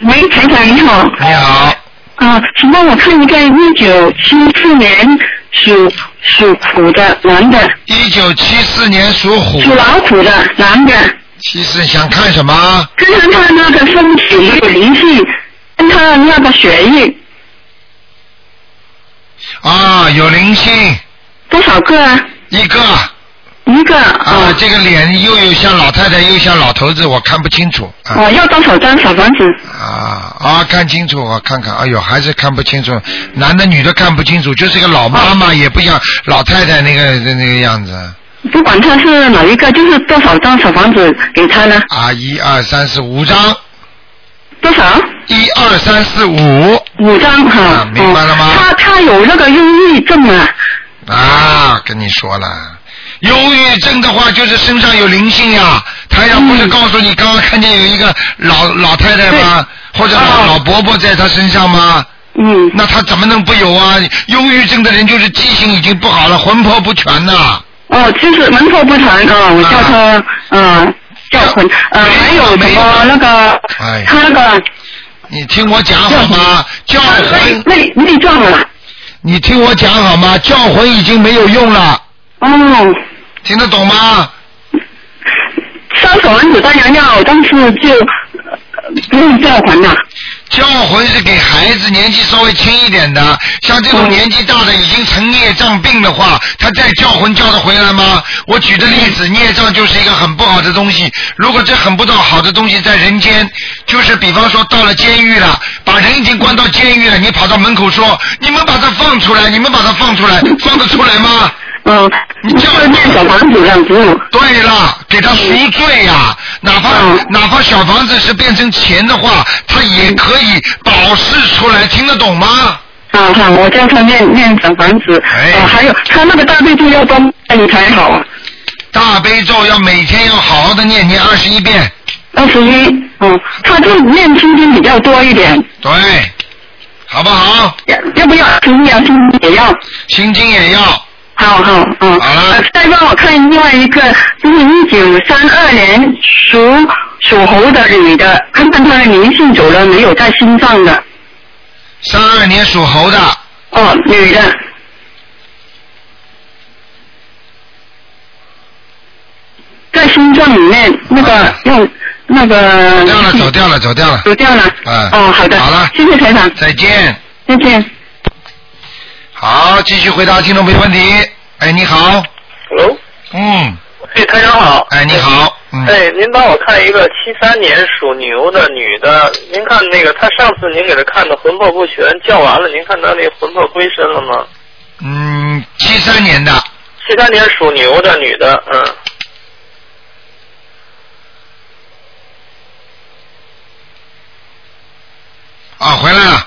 喂，台长你好。
你好，
啊，请帮我看一个一九七四年属属虎的男的，
一九七四年属虎，
属老虎的男的，
七四想看什么？
看看他那个身体有没有灵性，看他的那个血液
啊，有灵性，
多少个啊？
一个
一个
啊，
啊。
这个脸又有像老太太，又像老头子，我看不清楚啊。
哦，要多少张小房子？
啊啊！看清楚，我看看。哎呦，还是看不清楚，男的女的看不清楚，就是个老妈妈，也不像老太太那个那个样子。
不管他是哪一个，就是多少张小房子给他呢？
啊，一二三四五张，
多少？
一二三四五
五张哈、
啊明白了吗
哦他他有那个忧郁症啊，
啊！跟你说了，忧郁症的话就是身上有灵性呀、台长不是告诉你，刚刚看见有一个老老太太吗？或者老、
哦
老伯伯在她身上吗？
嗯，
那她怎么能不有啊？忧郁症的人就是记性已经不好了，魂魄不全呐、
哦，就是门口不成啊、我叫他呃叫魂，呃还有什么那个
哎
他那个啊
你听我讲好吗？叫
他内
魂，
内内脏啊，
你听我讲好吗？叫魂已经没有用了，
哦，
听得懂吗？
烧小丸子当然要，但是就呃不用叫魂了、
叫魂是给孩子年纪稍微轻一点的，像这种年纪大的已经成孽障病的话，他再叫魂叫得回来吗？我举的例子，孽障就是一个很不好的东西。如果这很不到好的东西在人间，就是比方说到了监狱了，把人已经关到监狱了，你跑到门口说：“你们把他放出来，你们把他放出来，放得出来吗？”
嗯，
你叫
就是念小房子这样子，
对了，给他赎罪呀、哪怕、
嗯
哪怕小房子是变成钱的话，他也可以保释出来，听得懂吗？
啊好，我叫他念念小房子，
哎
哦还有他那个大悲咒要帮你才好啊，
大悲咒要每天要好好的念，念二十一遍。
二十一，嗯，他就念心经比较多一点，
对，好不好？
要要不要平阳啊心经也要？
心经也要
好好，嗯。
好了
呃再帮我看另外一个，就是一九三二年属属猴的女的，看看她的灵性走了没有，在心脏的。
三二年属猴的，
哦，女的，在心脏里面那个用那个。嗯
走掉 了，走掉了，走掉了。
走掉了。
嗯
哦，好的。
好了
谢谢台长，
再见。
再见。
好，继续回答听众朋友问题。哎，你好。
Hello，
嗯，
哎，台长好。
哎，你。好。嗯。
哎，您帮我看一个七三年属牛的女的，您看那个她上次您给她看的魂魄不全，叫完了，您看她那魂魄归身了吗？
嗯，七三年的。
七三年属牛的女的，嗯，
啊，回来了，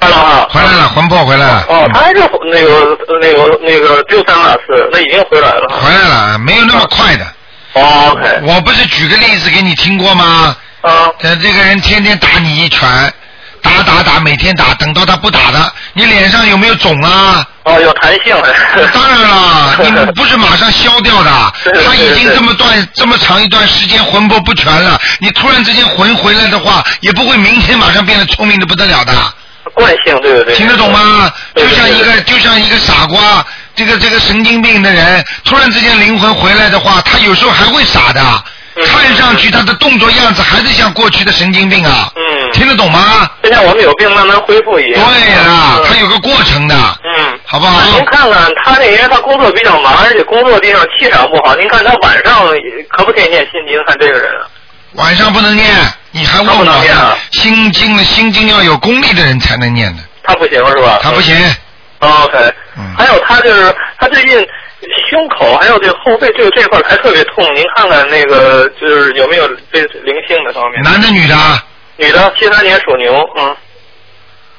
看了哈。
回来了，魂魄回来了。
哦，她还是那个那个那个丢三落四，那已经回来了哈。
回来了，没有那么快的。
哦，OK，
我不是举个例子给你听过吗？
啊，
这这个人天天打你一拳，打打打，每天打，等到他不打了，你脸上有没有肿啊？
哦，有弹性 了。
当然 了，你们不是马上消掉的
对，对
他已经
对
这么段这么长一段时间魂魄不全了，你突然之间魂回来的话，也不会明天马上变得聪明的不得了的。
惯性，对不对？
听得懂吗？
对
就
对
像一个
对
就像一个傻瓜，这个这个神经病的人，突然之间灵魂回来的话，他有时候还会傻的，
嗯
看上去他的动作样子还是像过去的神经病啊。
嗯
听得懂吗？
就像我们有病慢慢恢复一
对
样。
啦，
嗯
他有个过程的，
嗯，
好不好
那？您看看他那，因为他工作比较忙，而且工作地上气场不好。您看他晚上可不可以念心经？看这个人，
晚上不能念，你还问
他不能
我
念啊
呢？心经的心经要有功力的人才能念的，
他不行是吧？
他不行。
哦 OK，、
嗯
还有他就是他最近胸口还有这后背这这块儿还特别痛，您看看那个就是有没有这灵性的方面？
男的女的啊，
女的，七三年属牛，嗯，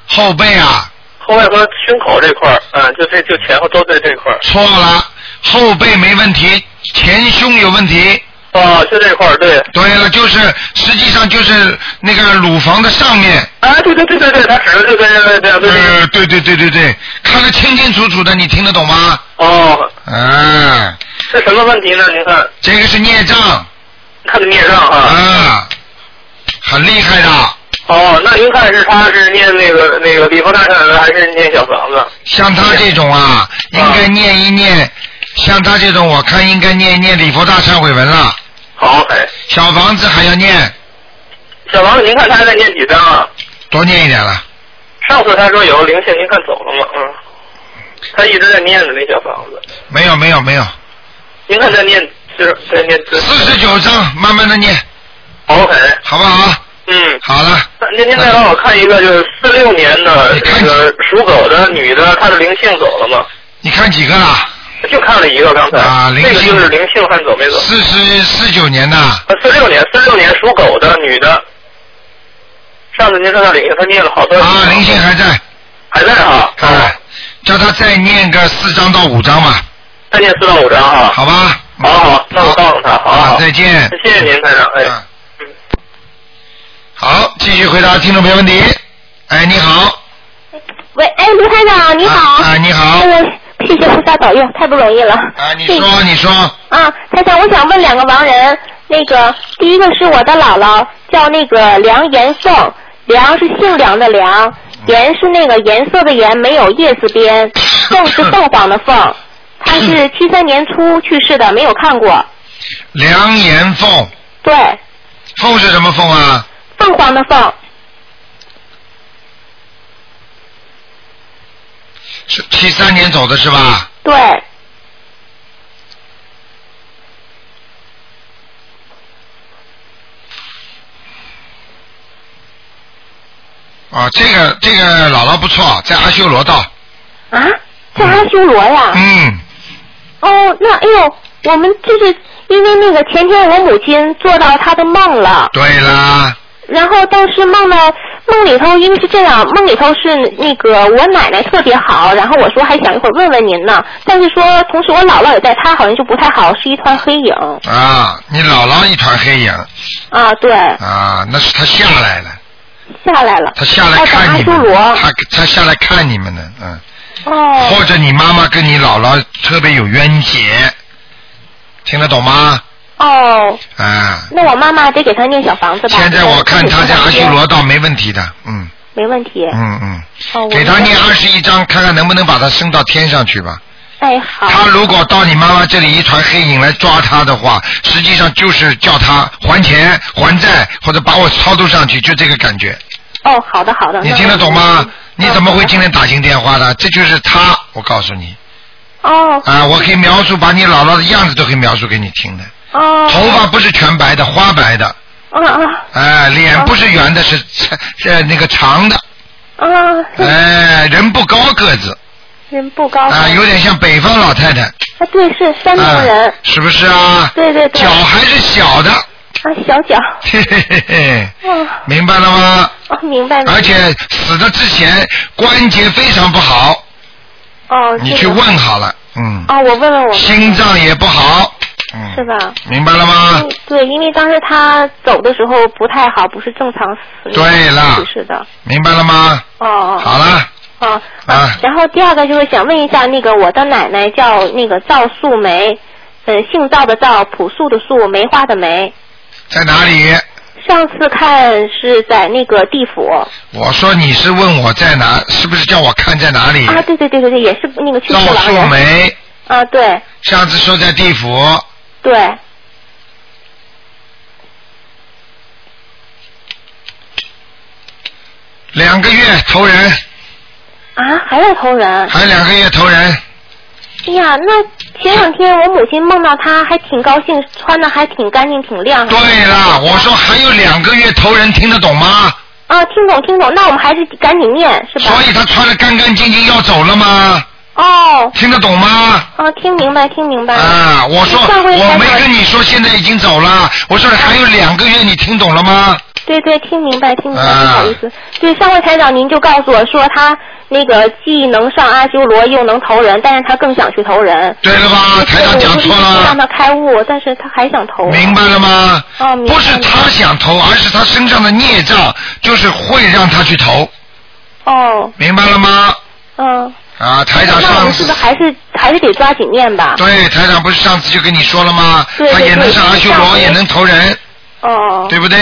后背啊，
后背和啊胸口这块儿，嗯，就这就前后都在这块儿。
错了，后背没问题，前胸有问题。
哦，就这块儿，对。
对了，就是实际上就是那个乳房的上面。
啊，对对对对对，他指的就跟对对对。
呃，对对对对对，看得清清楚楚的，你听得懂吗？
哦，
啊，
这什么问题呢？您看
这个是孽
啊
障
他的孽障啊。
啊，很厉害的。
哦，那您看是他是念那个那个礼佛大忏悔，还是念小房子？
像他这种啊，应该念一念。像他这种，我看应该念一念礼佛大忏悔文了。
好，哎，
小房子还要念，
小房子，您看他还在念几张啊？
多念一点了。
上次他说有灵性，您看走了吗？嗯，他一直在念着那小房子，
没有没有没有，
您看他念就是在念字。
四十九章慢慢的念，
OK，
好不好？
嗯，
好了，
那您您再帮我看一个，就是四六年的
你哎看
这个属狗的女的，她的灵性走了吗？
你看几个了？
就看了一个刚才，
啊灵
这个
性
就是灵性看走没走。
四十四九年的，
四六年，四六年属狗的女的，上次您说她灵性，她念了好多
啊，灵性还在，
还在啊，
啊，叫他再念个四章到五章吧，
再念四到五张啊。
好吧？
好好，那我告诉她，好
啊，
好，
再见。
谢谢您，台长，哎。
嗯。好，继续回答听众朋友问题。哎，你好。
喂，哎，卢台长，你好。
啊，你好。
哎呦，谢谢菩萨保佑，太不容易了。
啊，你
谢谢
说，你说。
啊，台长，我想问两个亡人，那个第一个是我的姥姥，叫那个梁延凤，梁是姓梁的梁，颜是那个颜色的颜，没有叶字边，凤是凤凰的凤，她
嗯
是七三年初去世的，没有看过。
梁延凤，
对，
凤是什么凤啊？
凤凰的凤，
是七三年走的是吧？
对，
啊，这个这个姥姥不错，在阿修罗道。
啊，在阿修罗呀。
嗯，
哦，那哎呦，我们就是因为那个前天我母亲做到她的梦了，
对啦，
然后当时梦到梦里头，因为是这样，梦里头是那个我奶奶特别好，然后我说还想一会儿问问您呢，但是说同时我姥姥也在，她好像就不太好，是一团黑影
啊，你姥姥一团黑影
啊，对，
啊，那是她下来了，
下来了，
她下来
哦在
看
阿
你
修
们
罗，，
她她下来看你们呢，嗯，
哦，
或者你妈妈跟你姥姥特别有冤结，听得懂吗？
哦，
啊，
那我妈妈得给她念小房子吧，
现在我看她在阿修罗道没问题的，嗯
没问题，
嗯嗯，
哦，我
给她
明白
念，二十一章，看看能不能把她升到天上去吧。
哎好，
他如果到你妈妈这里一团黑影来抓他的话，实际上就是叫他还钱、还债，或者把我超度上去，就这个感觉。
哦好的好的，
你
那
听得
我
懂吗
明白？啊
你怎么会今天打进电话的？这就是他，我告诉你
哦
啊，我可以描述把你姥姥的样子都可以描述给你听的。
哦，
头发不是全白的，花白的，
啊啊
哎、脸不是圆的，
哦
是是呃那个长的，
啊！
哎、人不高个子，
人不高
啊、有点像北方老太太，
啊，对，是山
啊、
东人，
是不是啊？
对对对，
脚
啊，
还是小的，
小脚，
嘿嘿嘿嘿，
啊，
明白了吗？
哦，明白明白
而且死的之前关节非常不好，
哦，
你
这
去
个
问好了，嗯，
哦，我问问我妈
心脏也不好，嗯，
是吧？
明白了吗？
嗯对，因为当时他走的时候不太好，不是正常死那
对
种
啦
去世的，
明白了吗？
哦哦。
好了，
哦
啊
然后第二个就是想问一下，那个我的奶奶叫那个赵素梅，嗯，姓赵的赵，朴素的素，梅花的梅。
在哪里？
上次看是在那个地府啊，
我说你是问我在哪，是不是叫我看在哪里？
啊对对对对对，也是那个去世
嗯赵
亡
素
人
梅，
啊，对
上次说在地府，
对，啊
两个月投人，
啊，还在投人？
还两个月投人，
哎呀，那前两天我母亲梦到她还挺高兴，穿的还挺干净、挺亮。 啊
对 啦，我说还有两个月投人，听得懂吗？
啊，听懂听懂，那我们还是赶紧念是吧？
所以他穿的干干净净要走了吗？
哦，
听得懂吗？
哦，听明白，听明白。
啊，我说
上回
我
台
没
长
跟你说现在已经走了，我说还有两个月，你听懂了吗？
对对，听明白，听明白，
啊
不好意思。对，上回台长您就告诉我说他那个既能上阿修罗又能投人，但是他更想去投人。
对了吧？啊台长讲错
我就一直让
了，
他开悟，但是他还想投。
明白了吗？
哦，明白
不是他想投，而是他身上的孽障，就是会让他去投，
哦，
明白了吗？
嗯。
啊，台长
那我
上
们是
次
不是还是还是得抓紧念吧？
对台长不是上次就跟你说了吗？
对对
他也能上阿修
对上
罗，
回
也能投人，
哦，
对不对？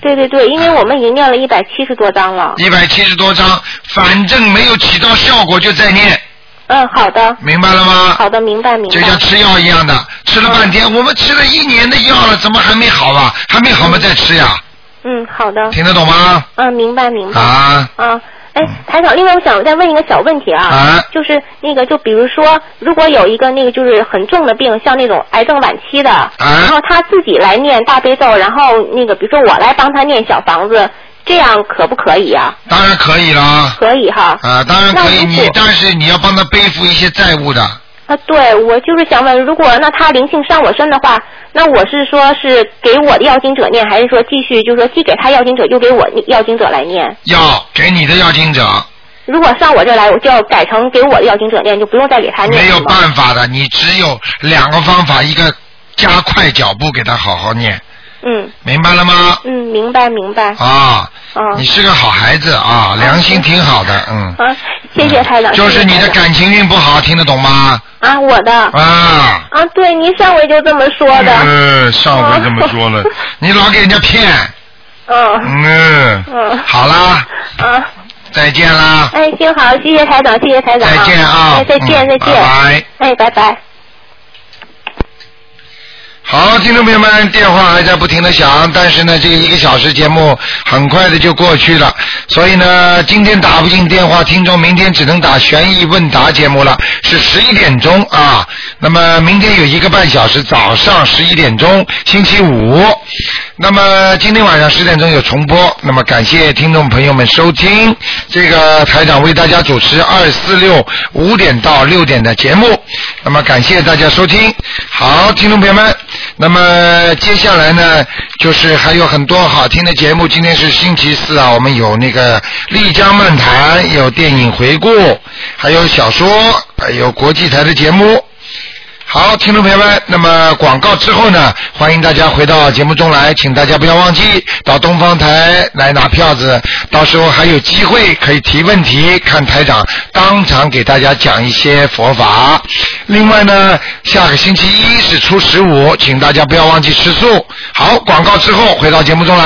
对对对，因为我们已经念了一百七十多章了。
一百七十多张，反正没有起到效果就再念，
嗯，好的。
明白了吗？
好的，明白明嗯
就
白。
像吃药一样的，吃了半天，我们吃了一年的药了，怎么还没好啊？还没好嘛，再吃呀，
嗯，好的。
听得懂吗？
嗯，明白明白。
啊，
啊，哎，台长，另外我想再问一个小问题啊，
啊
就是那个，就比如说，如果有一个那个就是很重的病，像那种癌症晚期的，然后他自己来念大悲咒，然后那个比如说我来帮他念小房子，这样可不可以啊？
当然可以啦，
可以哈。
啊，当然可以，
那如
你
果
但是你要帮他背负一些债务的，
啊，对，我就是想问，如果那他灵性上我身的话，那我是说是给我的要经者念，还是说继续就是说既给他要经者又给我要经者来念？
要给你的要经者，
如果上我这儿来，我就要改成给我的要经者念，就不用再给他念
没
了
有
吗
办法的，你只有两个方法，一个加快脚步给他好好念，
嗯
明白了吗？
嗯，明白明白。
啊，
嗯
你是个好孩子啊，良心挺好的，嗯，
啊，哦谢谢台长。
就是你
谢谢
的
台长
感情运不好，听得懂吗？
啊，我的
啊。
啊，对，您上回就这么说的。
嗯，上回这么说 了，你老给人家骗。
嗯
嗯，
嗯
好啦，
啊，
再见啦，
哎，行好，谢谢台长，谢谢台长。
再见啊，
哎，再见
嗯
再
拜
见。
拜。
哎，拜拜。
好，听众朋友们，电话还在不停的响，但是呢，这个一个小时节目很快的就过去了，所以呢，今天打不进电话，听众明天只能打悬疑问答节目了，是十一点钟啊。那么明天有一个半小时，早上十一点钟，星期五。那么今天晚上十点钟有重播，那么感谢听众朋友们收听这个台长为大家主持二四六五点到六点的节目，那么感谢大家收听。好，听众朋友们，那么接下来呢，就是还有很多好听的节目。今天是星期四啊，我们有那个丽江漫谈，有电影回顾，还有小说，还有国际台的节目。好，听众朋友们，那么广告之后呢，欢迎大家回到节目中来，请大家不要忘记到东方台来拿票子，到时候还有机会可以提问题，看台长当场给大家讲一些佛法。另外呢，下个星期一是初十五，请大家不要忘记吃素。好，广告之后回到节目中来。